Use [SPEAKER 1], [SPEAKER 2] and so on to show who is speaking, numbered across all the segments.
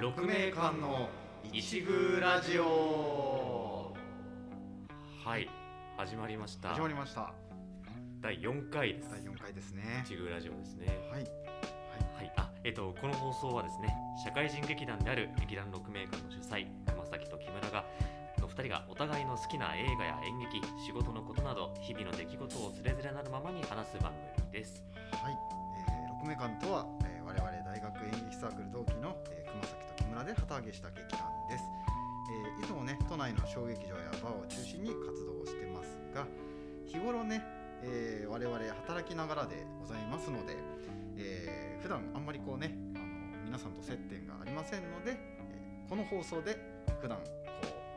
[SPEAKER 1] 6名間の一宮ラジオ
[SPEAKER 2] はい始まりました
[SPEAKER 1] 始まりました
[SPEAKER 2] 第4回です
[SPEAKER 1] 第4回ですね
[SPEAKER 2] 一宮ラジオですね
[SPEAKER 1] はい
[SPEAKER 2] はいあえっとこの放送はですね社会人劇団である劇団6名館の主催熊崎と木村がの2人がお互いの好きな映画や演劇仕事のことなど日々の出来事をつれづれなるままに話す番組です
[SPEAKER 1] はい、えー、6名間とは、えー、我々大学演劇サークル同期の、えー、熊崎と木村で旗揚げした劇団です、えー、いつもね都内の小劇場やバーを中心に活動をしてますが日頃ね、えー、我々働きながらでございますので、えー、普段あんまりこうねあの皆さんと接点がありませんので、えー、この放送で普段こ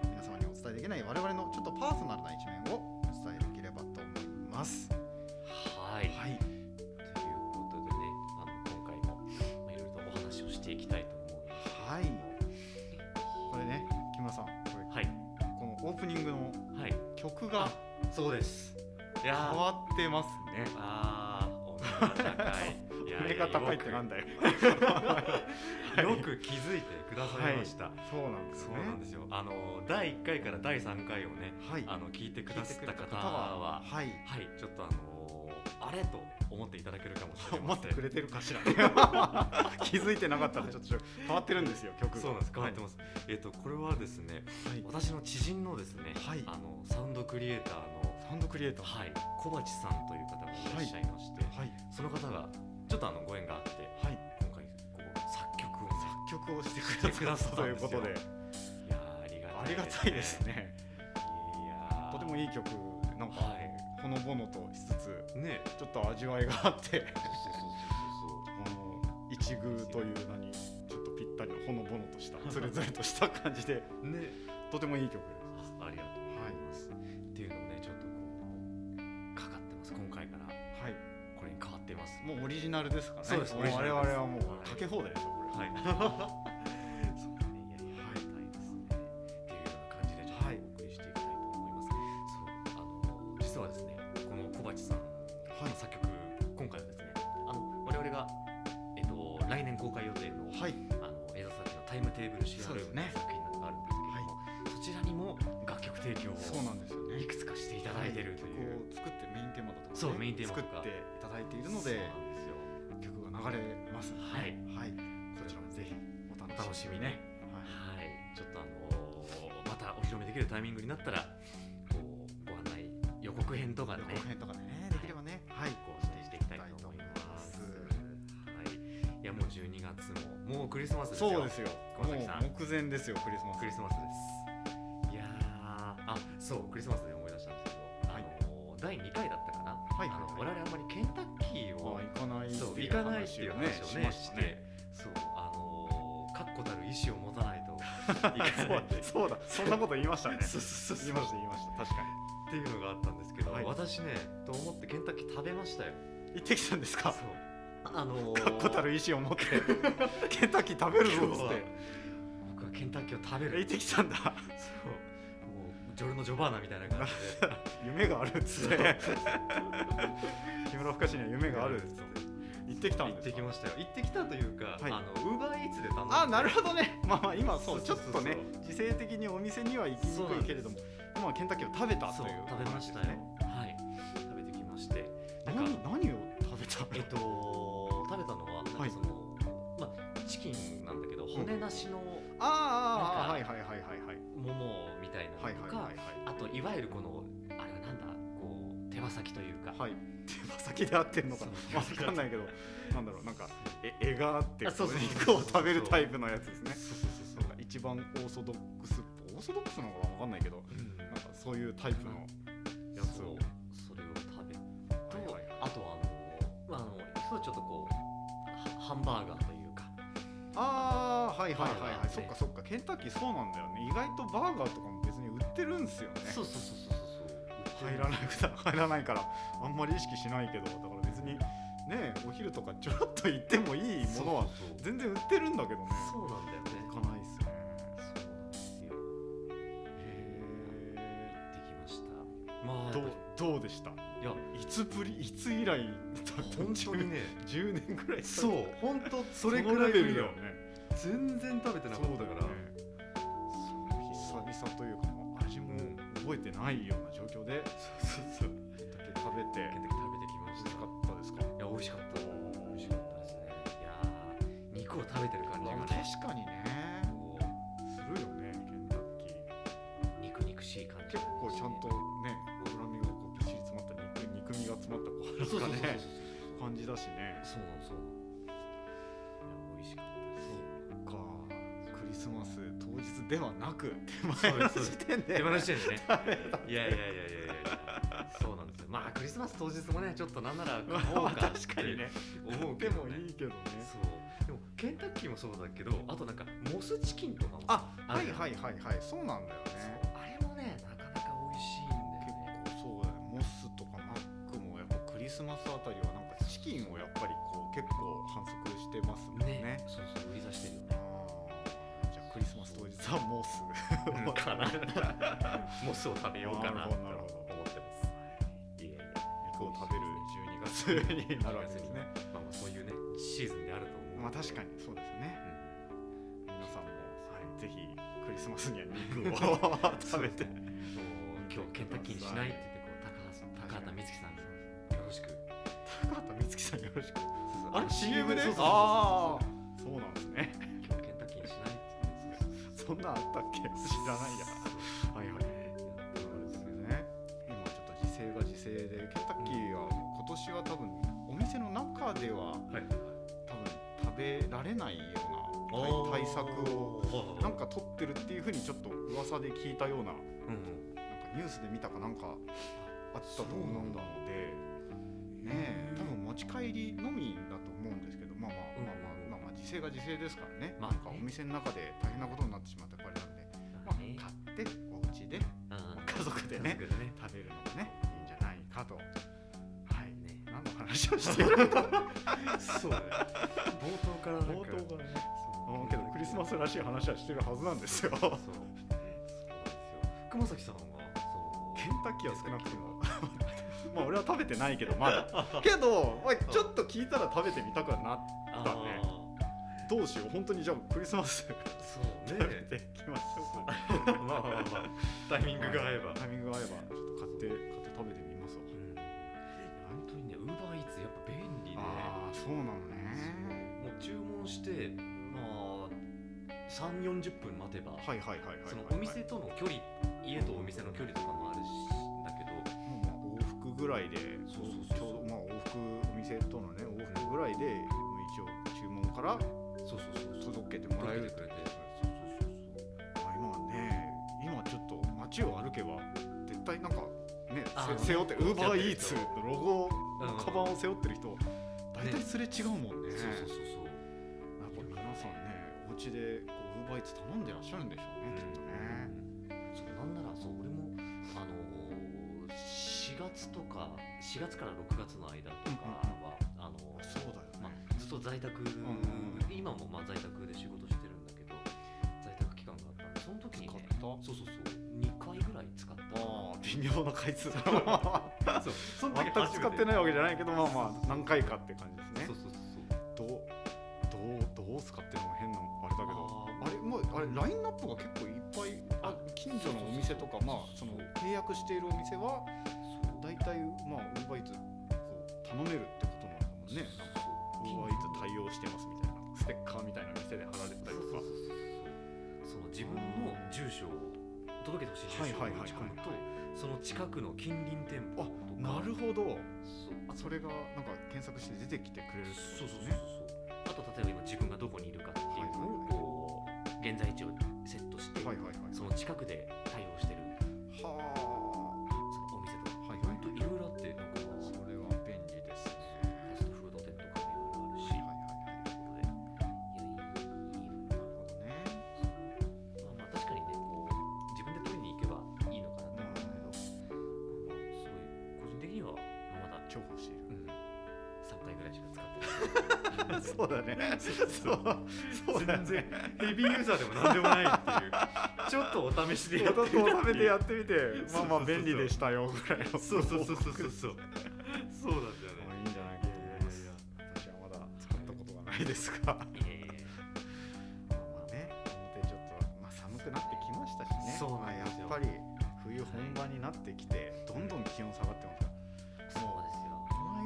[SPEAKER 1] う皆様にお伝えできない我々のちょっとパーソナルな一面をお伝えできればと思います。
[SPEAKER 2] はい
[SPEAKER 1] はい
[SPEAKER 2] ということでねあの今回もまあいろいろとお話をしていきたいと思うんです
[SPEAKER 1] はいこれね木村さんこれ
[SPEAKER 2] はい
[SPEAKER 1] このオープニングの
[SPEAKER 2] はい
[SPEAKER 1] 曲が
[SPEAKER 2] あそうですい
[SPEAKER 1] 変
[SPEAKER 2] やー
[SPEAKER 1] わってますね
[SPEAKER 2] ああ、お目が高 い。いや
[SPEAKER 1] 目が高いってなん
[SPEAKER 2] だ
[SPEAKER 1] だよ
[SPEAKER 2] よく気づいてくださいました。
[SPEAKER 1] そうなんです
[SPEAKER 2] そう
[SPEAKER 1] ね
[SPEAKER 2] なんですよ。あの第1回から第3回をね、
[SPEAKER 1] はい
[SPEAKER 2] あの聞いてくださった
[SPEAKER 1] 聞いてく
[SPEAKER 2] 方
[SPEAKER 1] れ
[SPEAKER 2] は、
[SPEAKER 1] はい
[SPEAKER 2] はい、ちょっとあのあれと思っていただけるかもしれ
[SPEAKER 1] 思
[SPEAKER 2] ま
[SPEAKER 1] っ
[SPEAKER 2] せ
[SPEAKER 1] て
[SPEAKER 2] ん。
[SPEAKER 1] くれてるか しら気づいてなかったらちょっと変わってるんですよ曲が
[SPEAKER 2] そうなんです。変わってます。えっ、とこれはですね、
[SPEAKER 1] はいはい
[SPEAKER 2] 私の知人のですね、
[SPEAKER 1] はい
[SPEAKER 2] あのサウンドクリエイターの
[SPEAKER 1] サウンドクリエイター
[SPEAKER 2] はい小鉢さんという方がいらっしゃいまして、
[SPEAKER 1] はい
[SPEAKER 2] その方がちょっとあのご縁があって
[SPEAKER 1] はい
[SPEAKER 2] 今回こう作曲をね
[SPEAKER 1] 作曲をしてくださったということで
[SPEAKER 2] いやーありが
[SPEAKER 1] あ
[SPEAKER 2] たい
[SPEAKER 1] りがたいですね
[SPEAKER 2] いやー
[SPEAKER 1] とてもいい曲なんか
[SPEAKER 2] はい
[SPEAKER 1] ほのぼのとしつつ
[SPEAKER 2] ね
[SPEAKER 1] ちょっと味わいがあって
[SPEAKER 2] そうそうそうそう
[SPEAKER 1] あの一宮という名にちょっとぴったりのほのぼのとしたつるつるとした感じ で
[SPEAKER 2] そうね
[SPEAKER 1] とてもいい曲で
[SPEAKER 2] あありがとうございます、っていうのをねちょっとこうかかってます今回から
[SPEAKER 1] す、はい、
[SPEAKER 2] これに変わってます
[SPEAKER 1] もうオリジナルですからね
[SPEAKER 2] そうです
[SPEAKER 1] も
[SPEAKER 2] オリジナ
[SPEAKER 1] 我
[SPEAKER 2] ル
[SPEAKER 1] 々
[SPEAKER 2] です
[SPEAKER 1] はも
[SPEAKER 2] は
[SPEAKER 1] う
[SPEAKER 2] い
[SPEAKER 1] かけ放題でしょこれ
[SPEAKER 2] はいそうだねいやいやありがたいですね、っていうような感じでちょっとお送りしていきたいと思います、そうあの実はですねこの小鉢さん
[SPEAKER 1] はい
[SPEAKER 2] の作曲、今回はですねあの我々がえっと来年公開予定の、
[SPEAKER 1] はい
[SPEAKER 2] あの映像作品の「タイムテーブルシア
[SPEAKER 1] そう
[SPEAKER 2] ル
[SPEAKER 1] で
[SPEAKER 2] ー
[SPEAKER 1] す
[SPEAKER 2] ム」とい
[SPEAKER 1] ね
[SPEAKER 2] う作品なんかがあるんですけれども、そちらにも楽曲提供
[SPEAKER 1] そうなんですよ
[SPEAKER 2] を
[SPEAKER 1] ね
[SPEAKER 2] いくつかしていただいてるという、
[SPEAKER 1] 曲を作ってメインテーマだとか、ね、
[SPEAKER 2] そうメインテーマ
[SPEAKER 1] 作って
[SPEAKER 2] とか
[SPEAKER 1] いただいている
[SPEAKER 2] そ
[SPEAKER 1] の
[SPEAKER 2] うな
[SPEAKER 1] で
[SPEAKER 2] んですよ
[SPEAKER 1] 曲が流れます
[SPEAKER 2] はい
[SPEAKER 1] はい、こちらもぜひお楽しみ
[SPEAKER 2] お楽しみね
[SPEAKER 1] は
[SPEAKER 2] はいちょっとあのまたお披露目できるタイミングになったらこうご案内予告編とか
[SPEAKER 1] い
[SPEAKER 2] でね
[SPEAKER 1] 予告編とかでねできればねはい
[SPEAKER 2] こうしていきたいと思いますはいいやもう12月ももうクリスマスですよ
[SPEAKER 1] そうですよも
[SPEAKER 2] 熊
[SPEAKER 1] う
[SPEAKER 2] 崎さん
[SPEAKER 1] 目前ですよクリスマス
[SPEAKER 2] クリスマスですいやーあそうクリスマスで思い出したんですけど、
[SPEAKER 1] はい
[SPEAKER 2] あのー第2回だったかな、
[SPEAKER 1] はい
[SPEAKER 2] あの
[SPEAKER 1] はい
[SPEAKER 2] 我々あんまりケンタッキー
[SPEAKER 1] ま
[SPEAKER 2] を
[SPEAKER 1] あ行かないっていう
[SPEAKER 2] そう行かないっていう話をね
[SPEAKER 1] 話を
[SPEAKER 2] して
[SPEAKER 1] ねしましたね
[SPEAKER 2] そうあのー確固たる意志を持たない とい
[SPEAKER 1] そ
[SPEAKER 2] けな
[SPEAKER 1] う
[SPEAKER 2] いって
[SPEAKER 1] そうだそんなこと言いましたね
[SPEAKER 2] そうそうそう
[SPEAKER 1] 言いました言いました確か
[SPEAKER 2] っていうのがあったんですけど、
[SPEAKER 1] はい
[SPEAKER 2] 私ねと思ってケンタッキー食べましたよ
[SPEAKER 1] に行ってきたんです
[SPEAKER 2] そ
[SPEAKER 1] か
[SPEAKER 2] うあのー
[SPEAKER 1] 確固たる意志を持って ケンタッキー食べるぞっつっ
[SPEAKER 2] 今日は僕はケンタッキーを食べ
[SPEAKER 1] て
[SPEAKER 2] る
[SPEAKER 1] 行ってきたんだ
[SPEAKER 2] そうもうジョルノ・ジョバーナみたいな感じ で
[SPEAKER 1] 夢があるっつって木村深志には夢があるっつって行ってきたん
[SPEAKER 2] 行っ
[SPEAKER 1] で
[SPEAKER 2] て
[SPEAKER 1] す
[SPEAKER 2] き
[SPEAKER 1] か
[SPEAKER 2] ましたよ行ってきたというか、
[SPEAKER 1] はい
[SPEAKER 2] あのウーバーイーツで頼んで
[SPEAKER 1] あなるほどねまあまあ今そうち
[SPEAKER 2] そ
[SPEAKER 1] ょ
[SPEAKER 2] う
[SPEAKER 1] っ
[SPEAKER 2] そうそう
[SPEAKER 1] とね時勢的にお店には行きにくいけれども今はケンタッキーを食べたと
[SPEAKER 2] そう
[SPEAKER 1] いう
[SPEAKER 2] 食べましたよ、
[SPEAKER 1] 感
[SPEAKER 2] はい食べてきましてなんか
[SPEAKER 1] じですね何何を食べた
[SPEAKER 2] えっと食べたのはなん
[SPEAKER 1] は
[SPEAKER 2] か
[SPEAKER 1] い
[SPEAKER 2] その、まあチキンなんだけど骨なしの
[SPEAKER 1] ああ
[SPEAKER 2] な
[SPEAKER 1] はい
[SPEAKER 2] ん
[SPEAKER 1] はいはいはいはい
[SPEAKER 2] ももみたい
[SPEAKER 1] はい
[SPEAKER 2] なのと
[SPEAKER 1] はい
[SPEAKER 2] か、
[SPEAKER 1] はい
[SPEAKER 2] あといわゆるこのあれはなんだこう手羽先というか、
[SPEAKER 1] はいはい手羽先で合ってるのか
[SPEAKER 2] そう
[SPEAKER 1] な分かんないけどなんだろうなんかえ絵があって
[SPEAKER 2] あそうそうそう
[SPEAKER 1] 肉を食べるタイプのやつですね
[SPEAKER 2] そうそうそう
[SPEAKER 1] なんか一番オーソドックスオーソドックスなのかな分かんないけど
[SPEAKER 2] うん
[SPEAKER 1] なんかそういうタイプのやつ
[SPEAKER 2] そう
[SPEAKER 1] を
[SPEAKER 2] それを食べ
[SPEAKER 1] はい
[SPEAKER 2] と、
[SPEAKER 1] はいはい
[SPEAKER 2] あとはあのあのそうちょっとこうはハンバーガーというか
[SPEAKER 1] ああはいはいはい
[SPEAKER 2] バー
[SPEAKER 1] は
[SPEAKER 2] ガー
[SPEAKER 1] いそ
[SPEAKER 2] ね
[SPEAKER 1] っかそっかケンタッキーそうなんだよね意外とバーガーとかも別に売ってるんですよね
[SPEAKER 2] そうそうそうそうそう
[SPEAKER 1] 入らない入らないからあんまり意識しないけどだから別にねお昼とかちょろっと行ってもいいものは
[SPEAKER 2] そうそうそう
[SPEAKER 1] 全然売ってるんだけどね
[SPEAKER 2] そうなんだよね
[SPEAKER 1] 行かないっすね
[SPEAKER 2] そうなんですよ
[SPEAKER 1] へ
[SPEAKER 2] できましたまあ
[SPEAKER 1] えどうどうでした
[SPEAKER 2] いや
[SPEAKER 1] いつぶりいつ以来だった
[SPEAKER 2] 本当にね
[SPEAKER 1] 10年ぐらい
[SPEAKER 2] そう本当
[SPEAKER 1] そ
[SPEAKER 2] それ
[SPEAKER 1] れ
[SPEAKER 2] ぐ
[SPEAKER 1] ぐ
[SPEAKER 2] ら
[SPEAKER 1] ら
[SPEAKER 2] い
[SPEAKER 1] い
[SPEAKER 2] ぶ
[SPEAKER 1] ぶ
[SPEAKER 2] り
[SPEAKER 1] り
[SPEAKER 2] だ
[SPEAKER 1] だ
[SPEAKER 2] よ
[SPEAKER 1] よね
[SPEAKER 3] 全然食べてなかったから、
[SPEAKER 1] 久々というかもう味も覚えてないような状況で
[SPEAKER 3] そうそうそう
[SPEAKER 1] ケンタッキー食べて
[SPEAKER 2] ケンタッキー食べてきま
[SPEAKER 1] 美
[SPEAKER 2] し
[SPEAKER 1] 味
[SPEAKER 2] た
[SPEAKER 1] しかったですか
[SPEAKER 2] いや美味しかった美味しかったですねいやー肉を食べてる感じが
[SPEAKER 1] まあ
[SPEAKER 2] ね
[SPEAKER 1] 確かにね
[SPEAKER 2] こう
[SPEAKER 1] するよねケンタッキー
[SPEAKER 2] 肉肉しい感じ
[SPEAKER 1] 結構ちゃんとね脂身がこうびっしり詰まった肉肉味が詰まったこう
[SPEAKER 2] そうそうそうそう
[SPEAKER 1] なんかね
[SPEAKER 2] そう
[SPEAKER 1] 感じだしね
[SPEAKER 2] そうなのそうなのいや美味しかったです
[SPEAKER 1] かクリスマス当日ではなく手
[SPEAKER 2] そう
[SPEAKER 1] 前
[SPEAKER 2] で
[SPEAKER 1] の
[SPEAKER 2] すそうです
[SPEAKER 1] 時点で
[SPEAKER 2] 手放してるんですねいやいやいやいやいやいやそうなんですよまあクリスマス当日もねちょっとなんなら
[SPEAKER 1] ま
[SPEAKER 2] 買おう
[SPEAKER 1] あ
[SPEAKER 2] か
[SPEAKER 1] 確かにね
[SPEAKER 2] 思うけ
[SPEAKER 1] で
[SPEAKER 2] ど
[SPEAKER 1] も
[SPEAKER 2] ね
[SPEAKER 1] いいけどね
[SPEAKER 2] そうでもケンタッキーもそうだけどあとなんかモスチキンとかも
[SPEAKER 1] あ
[SPEAKER 2] あ
[SPEAKER 1] はい
[SPEAKER 2] るじゃん
[SPEAKER 1] はいはいはいそうなんだよ
[SPEAKER 2] そう
[SPEAKER 1] ね
[SPEAKER 2] あれもねなかなか美味しいんだ
[SPEAKER 1] 結構そう
[SPEAKER 2] よね
[SPEAKER 1] だねモスとかマックもやっぱクリスマスあたりはなんかチキンをやっぱりこう結構反則してますもんね
[SPEAKER 2] ねそうそう売り出してるよね
[SPEAKER 1] あーじゃあクリスマス当日はモス
[SPEAKER 2] うんかな モスを食べようか
[SPEAKER 1] な
[SPEAKER 2] な
[SPEAKER 1] るほ
[SPEAKER 2] と思
[SPEAKER 1] どなるほど
[SPEAKER 2] ってますいやいや
[SPEAKER 1] 肉を食べる12月になるわけですね
[SPEAKER 2] まあまあ そういうねシーズンであると思う
[SPEAKER 1] まあ確かにそうですね
[SPEAKER 2] うん
[SPEAKER 1] 皆さんも、はい、ぜひクリスマス には肉を 食べて
[SPEAKER 2] そう今日ケンタッキーにしないって言ってこう高橋高畑美月さんによろしく
[SPEAKER 1] 高畑美月さんよろしく
[SPEAKER 2] あれ
[SPEAKER 1] CM で
[SPEAKER 2] そうそうそう
[SPEAKER 1] ああそうなんですね
[SPEAKER 2] 今日ケンタッキーにしないって言って
[SPEAKER 1] そんなんあったっけ知らないやはいはいそうですね今ちょっと時勢が時勢でケンタッキーは今年は多分お店の中では
[SPEAKER 2] はい
[SPEAKER 1] 多分食べられないような対対策をなんか取ってるっていうふうにちょっと噂で聞いたような
[SPEAKER 2] うんうん
[SPEAKER 1] なんかニュースで見たかなんかあったと思うんだので、ねえ、多分持ち帰りのみだと思うんですけど、まあ
[SPEAKER 2] うん
[SPEAKER 1] まあまあまあまあまあ時勢が時勢ですからね。
[SPEAKER 2] ま
[SPEAKER 1] な
[SPEAKER 2] あね
[SPEAKER 1] んかお店の中で大変なことになってしまったばりなんで、まあ
[SPEAKER 2] ね
[SPEAKER 1] 買ってお家で
[SPEAKER 2] うん
[SPEAKER 1] 家族でね
[SPEAKER 2] 家族でね
[SPEAKER 1] 食べるのがねいいんじゃないかと。はい。
[SPEAKER 2] ね
[SPEAKER 1] 何の話をしてるんだ。
[SPEAKER 2] そうだね冒頭からなん
[SPEAKER 1] から
[SPEAKER 2] か
[SPEAKER 1] ね。あけどクリスマスらしい話はしてるはずなんです よ。ケ
[SPEAKER 2] そうそうなんですよ熊崎さんはそう
[SPEAKER 1] ンタッキーは少なくとも。 まあ俺は食べてないけどまだ。けど、まあ、ちょっと聞いたら食べてみたくはなっ
[SPEAKER 2] あ
[SPEAKER 1] だねどうしよう本当にじゃあクリスマス
[SPEAKER 2] ーそう
[SPEAKER 1] 食べ
[SPEAKER 2] ね
[SPEAKER 1] ていきましょうか
[SPEAKER 2] まあまあ まあタイミングが合えば、
[SPEAKER 1] タイミングが合えばちょっと買って買って食べてみますわ
[SPEAKER 2] うん本当にねウーバーイーツやっぱ便利で、
[SPEAKER 1] ああそうなのね
[SPEAKER 2] もう注文してまあ3 4 0分待て
[SPEAKER 1] は
[SPEAKER 2] ば、
[SPEAKER 1] いはいはいはいはい
[SPEAKER 2] そのお店との距離家とお店の距離とかもあるしだけど
[SPEAKER 1] もうまあ往復ぐらいで
[SPEAKER 2] そうそうそう
[SPEAKER 1] ちょうどまあ往復お店とのね往復ぐらいでもう一応注文から
[SPEAKER 2] そうそうそうそう
[SPEAKER 1] 届けてもらえる
[SPEAKER 2] 届けて
[SPEAKER 1] そうそうそう
[SPEAKER 2] くれて
[SPEAKER 1] まあ今ね今ちょっと街を歩けば絶対なんかね
[SPEAKER 2] あー
[SPEAKER 1] せ背負ってウーバーイーツ
[SPEAKER 2] 背
[SPEAKER 1] の
[SPEAKER 2] 負って
[SPEAKER 1] ロゴ
[SPEAKER 2] うんうん
[SPEAKER 1] カバンを背負ってる人大体すれ違うもんね
[SPEAKER 2] そうそうそうそう
[SPEAKER 1] やっぱ皆さんね、お家でこうウーバーイーツ頼んでらっしゃるんでしょうね、きっとね。
[SPEAKER 2] うんそうなんならそう俺もあのー、4月とか4月から6月の間とかは、あのー
[SPEAKER 1] そうだよ
[SPEAKER 2] ま
[SPEAKER 1] ね。
[SPEAKER 2] あ、ずっと在宅、
[SPEAKER 1] んうん
[SPEAKER 2] 今もまあ在宅で仕事してるんだけど在宅期間があったんでその時に、
[SPEAKER 1] 使っ
[SPEAKER 2] ね、
[SPEAKER 1] た
[SPEAKER 2] そうそうそう2回ぐらい使った
[SPEAKER 1] ああ、微妙な回数だな。
[SPEAKER 2] そう その時
[SPEAKER 1] 全く使ってないいわけじゃないけど、まあまあ、何回かって感じです
[SPEAKER 2] そう
[SPEAKER 1] ね。
[SPEAKER 2] そうそう
[SPEAKER 1] どう、どう、どうすかっていうのも変なあれだけど。
[SPEAKER 2] あ
[SPEAKER 1] あれ、もう、あれ、ラインナップが結構いっぱい、あ
[SPEAKER 2] あ、
[SPEAKER 1] 近所のお店とか、まあ、その契約しているお店は。
[SPEAKER 2] そう
[SPEAKER 1] 大体、まあ、ウーバーイーツ、こう頼めるってことなんだもんね。なんか、ウーバーイーツ対応してますみたいな、ステッカーみたいな店で貼られてたり
[SPEAKER 2] そう
[SPEAKER 1] と
[SPEAKER 2] そう
[SPEAKER 1] か。
[SPEAKER 2] そうそうその自分の住所を届けてほしい住所を
[SPEAKER 1] はいはいはい
[SPEAKER 2] 打ち
[SPEAKER 1] は
[SPEAKER 2] 込
[SPEAKER 1] い
[SPEAKER 2] むとその近くの近隣店舗とか
[SPEAKER 1] なるほど。
[SPEAKER 2] そう
[SPEAKER 1] あそれがなんか検索して出てきてくれるってこと
[SPEAKER 2] そうそ
[SPEAKER 1] で
[SPEAKER 2] う
[SPEAKER 1] す
[SPEAKER 2] そう
[SPEAKER 1] ね。
[SPEAKER 2] そうあと例えば今自分がどこにいるかっていうのをこう現在地をセットして、
[SPEAKER 1] はいはいはい。
[SPEAKER 2] その近くで対応してる
[SPEAKER 1] はあ。
[SPEAKER 2] そのお店とか
[SPEAKER 1] はい
[SPEAKER 2] ほんといろいろあってなんかまあ
[SPEAKER 1] それは便利ですね。
[SPEAKER 2] ファストフード店とかもいろいろあ
[SPEAKER 1] はいは
[SPEAKER 2] るし、
[SPEAKER 1] いはい。
[SPEAKER 2] ということでいやいいいい
[SPEAKER 1] なるほどね。
[SPEAKER 2] なまあまあ確かにねこう自分で取りに行けばいいのかなと思うんだけど、まあすごい個人的にはまあまだ、
[SPEAKER 1] 重宝している。
[SPEAKER 2] うん、3回ぐらいしか使ってな い
[SPEAKER 1] そうだね。そう。そうだね。
[SPEAKER 2] 全然ヘビーユーザーでも何でもないって いうちょっとお試しでやってみたっていう
[SPEAKER 1] 食べてやってみて、ま
[SPEAKER 2] そうそうそう
[SPEAKER 1] あまあ便利でしたよぐらいの。
[SPEAKER 2] そうそうそうそうそうそうそうなんだよ
[SPEAKER 1] もうい
[SPEAKER 2] ね
[SPEAKER 1] いんじゃないかと思います。私はまだ使ったことがないですが。
[SPEAKER 2] いやいやいや
[SPEAKER 1] まぱり冬本番になってきてどんどん気温下がってますから
[SPEAKER 2] そう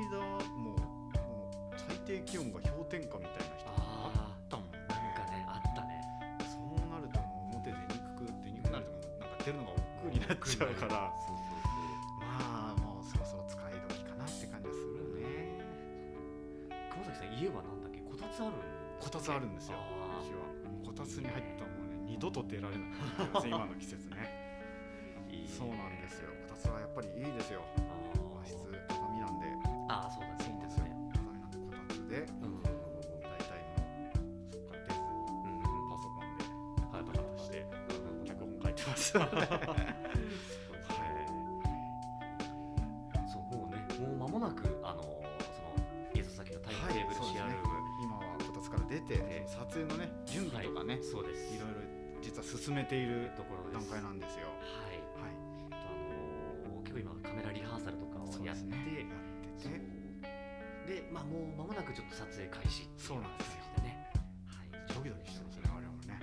[SPEAKER 2] ですよ
[SPEAKER 1] この間もうもう最低気温が氷点下みたいな人
[SPEAKER 2] あーあったもんなんかねあったね
[SPEAKER 1] そうなるともう表出にくく出にくくなるともうなんか出るのが億劫になっちゃうから
[SPEAKER 2] そうそう
[SPEAKER 1] まあもうそろそろ使い時かなって感じはするね
[SPEAKER 2] そう熊崎さん家はなんだっけこたつある
[SPEAKER 1] こたつあるんですよ
[SPEAKER 2] あー
[SPEAKER 1] 私はもうこたつに入ったらもうね二度と出られないですね今の季節ね
[SPEAKER 2] いい
[SPEAKER 1] そうなんですよこたつはやっぱりいいですよ
[SPEAKER 2] あ
[SPEAKER 1] 和室
[SPEAKER 2] ー
[SPEAKER 1] 畳なんで
[SPEAKER 2] あーそうだね
[SPEAKER 1] そうなんですよ
[SPEAKER 2] ですね
[SPEAKER 1] 畳なんでこたつで
[SPEAKER 2] うんう
[SPEAKER 1] 大
[SPEAKER 2] ん
[SPEAKER 1] 体もうそっから出ずにパソコンで
[SPEAKER 2] は
[SPEAKER 1] パ
[SPEAKER 2] い
[SPEAKER 1] タパタして脚本書いて ます。
[SPEAKER 2] そうもうねもう間もなくあのそのゲスト先のタイムテーブルシェアルーム、
[SPEAKER 1] 今はこたつから出て、
[SPEAKER 2] ね
[SPEAKER 1] その撮影のね準備とかね、い、
[SPEAKER 2] そうです
[SPEAKER 1] ろいろ実は進めている
[SPEAKER 2] ところで
[SPEAKER 1] 段
[SPEAKER 2] す
[SPEAKER 1] 階なんですよ。
[SPEAKER 2] はい
[SPEAKER 1] はい。
[SPEAKER 2] あとあの結構今カメラリハーサルとかをやって
[SPEAKER 1] やって
[SPEAKER 2] そう
[SPEAKER 1] て、
[SPEAKER 2] でまあもう間もなくちょっと撮影開始ってい
[SPEAKER 1] そうなんですよ
[SPEAKER 2] 感じでねはい
[SPEAKER 1] ドキドキしてますね我々ね。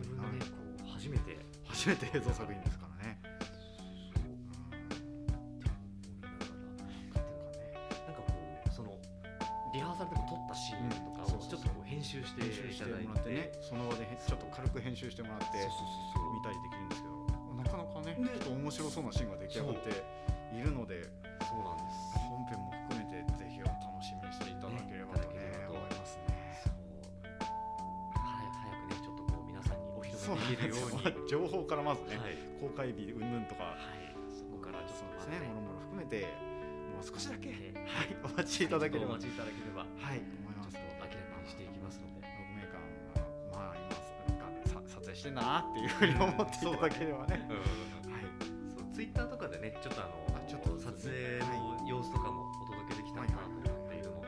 [SPEAKER 2] うん何分ねこう初めて
[SPEAKER 1] 初めて映像作品ですからね。
[SPEAKER 2] そうなんかこうそのリハーサルでも撮ったシーンとか
[SPEAKER 1] うんそう
[SPEAKER 2] を
[SPEAKER 1] そうそ
[SPEAKER 2] ちょ
[SPEAKER 1] う
[SPEAKER 2] っとこう編集して
[SPEAKER 1] 編集
[SPEAKER 2] い
[SPEAKER 1] して
[SPEAKER 2] ただい
[SPEAKER 1] もらって
[SPEAKER 2] て
[SPEAKER 1] ね、その場でへちょっと軽く編集してもらって
[SPEAKER 2] そうそうそうそう
[SPEAKER 1] 見たりできるんですけど、なかなかね、
[SPEAKER 2] ね
[SPEAKER 1] ちょっと面白そうなシーンが出来上がっているので、
[SPEAKER 2] そうなんです
[SPEAKER 1] 本編も含めてぜひお楽しみにしていただければとね
[SPEAKER 2] ねいただければと
[SPEAKER 1] 思いますね。
[SPEAKER 2] そうはい早くねちょっとこう皆さんにお披露目できるよう
[SPEAKER 1] そ
[SPEAKER 2] に
[SPEAKER 1] うなんですよ情報からまずね、
[SPEAKER 2] はい
[SPEAKER 1] 公開日云々とか、
[SPEAKER 2] はいそこからちょっと
[SPEAKER 1] そうですね
[SPEAKER 2] また
[SPEAKER 1] もろもろ含めてもう少しだけ、はい、
[SPEAKER 2] ね
[SPEAKER 1] お待ちいただければ
[SPEAKER 2] お待ちいただければ
[SPEAKER 1] はい思い
[SPEAKER 2] ちょ
[SPEAKER 1] ま
[SPEAKER 2] っ
[SPEAKER 1] す
[SPEAKER 2] と明らかにしていきますので
[SPEAKER 1] 鹿鳴館はまあ今さ撮影してんだなっていうふうに思っていただければね,、はい
[SPEAKER 2] そうツイッターとかでねちょっとあの
[SPEAKER 1] あちょっと
[SPEAKER 2] 撮影の様子とかもお届けできたらなと思っているの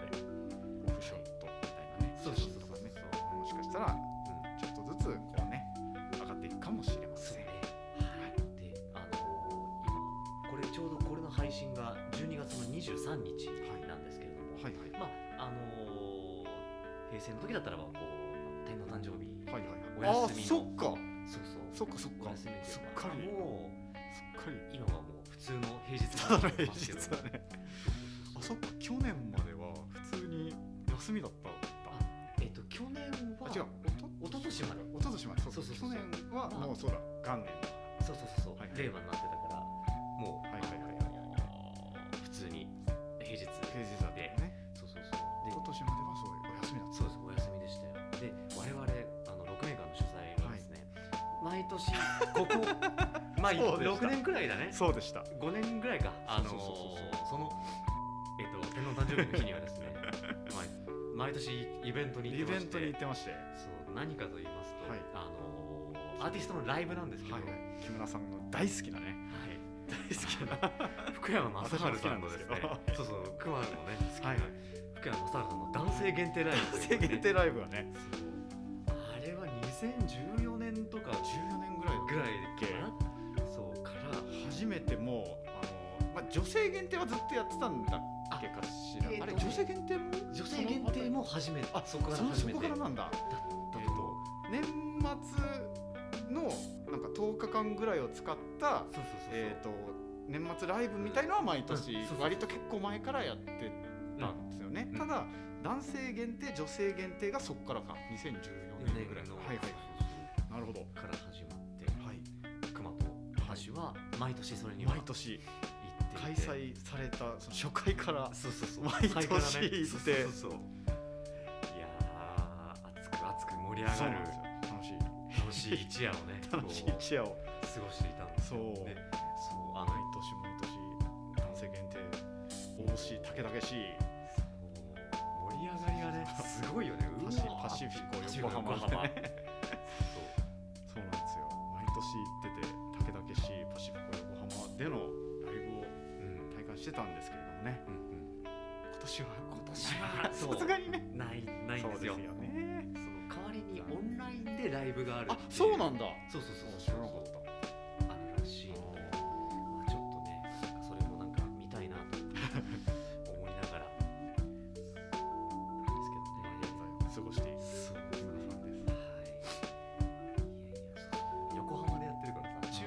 [SPEAKER 1] オフ
[SPEAKER 2] で、
[SPEAKER 1] ショットみたいなね
[SPEAKER 2] そうそうそ
[SPEAKER 1] 写真とか
[SPEAKER 2] うそうそ
[SPEAKER 1] ねもしかしたら
[SPEAKER 2] うん
[SPEAKER 1] ちょっとずつこうね上がっていくかもしれま
[SPEAKER 2] そ
[SPEAKER 1] せ
[SPEAKER 2] うんね。はい。で、あの今これちょうどこれの配信が12月の23日なんですけれども、
[SPEAKER 1] はいはい
[SPEAKER 2] まああのー平成の時だったらばこう天皇誕生日、
[SPEAKER 1] はい
[SPEAKER 2] お
[SPEAKER 1] はいはいあ
[SPEAKER 2] 休みの
[SPEAKER 1] そっか
[SPEAKER 2] そう
[SPEAKER 1] そ
[SPEAKER 2] そう。
[SPEAKER 1] っかそっ
[SPEAKER 2] お
[SPEAKER 1] か
[SPEAKER 2] 休みってい
[SPEAKER 1] すっ
[SPEAKER 2] うのは
[SPEAKER 1] かり
[SPEAKER 2] も
[SPEAKER 1] すっかり
[SPEAKER 2] う今はもう普通の平日
[SPEAKER 1] ただの
[SPEAKER 2] になって
[SPEAKER 1] 平
[SPEAKER 2] ま
[SPEAKER 1] 日
[SPEAKER 2] すけど
[SPEAKER 1] だね あそっか去年までは普通に休みだった
[SPEAKER 2] あえっと去年は
[SPEAKER 1] あ違う
[SPEAKER 2] おと一昨年まで
[SPEAKER 1] おととしまでそう
[SPEAKER 2] そ
[SPEAKER 1] そうう
[SPEAKER 2] そうそ
[SPEAKER 1] 去
[SPEAKER 2] う
[SPEAKER 1] 年はもうそうだ元年だ
[SPEAKER 2] そうそうそうそう、
[SPEAKER 1] はいはい
[SPEAKER 2] 令和になってたからもう、
[SPEAKER 1] はいはいはい
[SPEAKER 2] あのー普通に平
[SPEAKER 1] 平
[SPEAKER 2] 日
[SPEAKER 1] 日だったよね
[SPEAKER 2] そうそうそう
[SPEAKER 1] お
[SPEAKER 2] で
[SPEAKER 1] ととしまではそういうお休みだっ
[SPEAKER 2] そうですお休みでしたよで我々あの6年間の取材はですね、毎年 ここまあ
[SPEAKER 1] そうでした
[SPEAKER 2] 6年くらいだね
[SPEAKER 1] たそうでした
[SPEAKER 2] 5年くらいかあのー
[SPEAKER 1] そうそうそう
[SPEAKER 2] そのえっと天皇誕生日の日にはです ね、まあ毎年イベントに
[SPEAKER 1] イ
[SPEAKER 2] 行っ
[SPEAKER 1] ベ
[SPEAKER 2] てまし
[SPEAKER 1] ン
[SPEAKER 2] て
[SPEAKER 1] トに行ってましては
[SPEAKER 2] そう何かと言いますと、
[SPEAKER 1] はい
[SPEAKER 2] あのーアーティストのライブなんですけど、はい
[SPEAKER 1] い木村さんの大好きなね大好きな
[SPEAKER 2] 福山雅治さんのですね
[SPEAKER 1] 私も好きなんですけど
[SPEAKER 2] そうそう熊野のね好きな、
[SPEAKER 1] はいはい
[SPEAKER 2] 福山雅治さんの男性限定ライブという
[SPEAKER 1] 制
[SPEAKER 2] ことで
[SPEAKER 1] 限定ライブはね
[SPEAKER 2] あれは2014年とか
[SPEAKER 1] 14年ぐらい
[SPEAKER 2] ぐらい
[SPEAKER 1] け
[SPEAKER 2] かなそうから
[SPEAKER 1] 初めてもうあの、まあ、女性限定はずっとやってたんだっけかしらあ,、
[SPEAKER 2] あえーと
[SPEAKER 1] れ女性限定も
[SPEAKER 2] 女性限定も初めて
[SPEAKER 1] あ
[SPEAKER 2] そこから
[SPEAKER 1] その
[SPEAKER 2] 初
[SPEAKER 1] そ
[SPEAKER 2] め
[SPEAKER 1] こ
[SPEAKER 2] て
[SPEAKER 1] か
[SPEAKER 2] だ
[SPEAKER 1] ら
[SPEAKER 2] っ
[SPEAKER 1] な
[SPEAKER 2] た
[SPEAKER 1] んだ
[SPEAKER 2] と
[SPEAKER 1] えーと年末のなんか10日間ぐらいを使った、
[SPEAKER 2] そうそうそう
[SPEAKER 1] えー、と年末ライブみたいのは毎年、
[SPEAKER 2] うんそうそうそう
[SPEAKER 1] 割と結構前からやってたんですよね、
[SPEAKER 2] うん
[SPEAKER 1] ただ男性限定女性限定がそこからか2014年ぐらいの、
[SPEAKER 2] の
[SPEAKER 1] はいはいなるほど
[SPEAKER 2] から始まって
[SPEAKER 1] はい
[SPEAKER 2] 熊と私は毎年それには
[SPEAKER 1] 毎
[SPEAKER 2] 行って
[SPEAKER 1] 年
[SPEAKER 2] いて
[SPEAKER 1] 開催されたその初回から
[SPEAKER 2] そうそうそう
[SPEAKER 1] 毎年
[SPEAKER 2] 開催からね
[SPEAKER 1] 行って
[SPEAKER 2] そうそうそういやー熱く熱く盛り上
[SPEAKER 1] そう
[SPEAKER 2] が
[SPEAKER 1] なん
[SPEAKER 2] る
[SPEAKER 1] ですよ楽しい
[SPEAKER 2] 楽しい一夜をね
[SPEAKER 1] 楽しい
[SPEAKER 2] こう
[SPEAKER 1] 一夜を
[SPEAKER 2] 過ごしていたんで
[SPEAKER 1] そ
[SPEAKER 2] すよ
[SPEAKER 1] う
[SPEAKER 2] でそうあ
[SPEAKER 1] 毎
[SPEAKER 2] の
[SPEAKER 1] 年毎年男性限定大しい竹々しい
[SPEAKER 2] もう盛り上がりがねすごいよね
[SPEAKER 1] パシ
[SPEAKER 2] うわー
[SPEAKER 1] パシフィコ
[SPEAKER 2] パシフィ
[SPEAKER 1] 横
[SPEAKER 2] コ
[SPEAKER 1] 浜そ
[SPEAKER 2] 横浜
[SPEAKER 1] うなんですよ毎年行ってて竹々しいパシフィコ横浜でのライブを
[SPEAKER 2] そうう
[SPEAKER 1] 体
[SPEAKER 2] ん
[SPEAKER 1] 感してたんですけれどもね
[SPEAKER 2] うんうん
[SPEAKER 1] 今年は今
[SPEAKER 2] 年 はそう
[SPEAKER 1] さすがにね
[SPEAKER 2] ないないんですよそ
[SPEAKER 1] ね
[SPEAKER 2] の代わりにオンラインでライブがある
[SPEAKER 1] あそうなん
[SPEAKER 2] だ
[SPEAKER 1] だ
[SPEAKER 2] そうそうそう
[SPEAKER 1] 知らなかった
[SPEAKER 2] あるらしいので、まあ、ちょっとねなんかそれもなんか見たいなと思いながらなんですけ
[SPEAKER 1] 現
[SPEAKER 2] どね
[SPEAKER 1] 在を過ごしている
[SPEAKER 2] そう
[SPEAKER 1] 木村さんです
[SPEAKER 2] はいいやいやそう横浜でやってるからさ中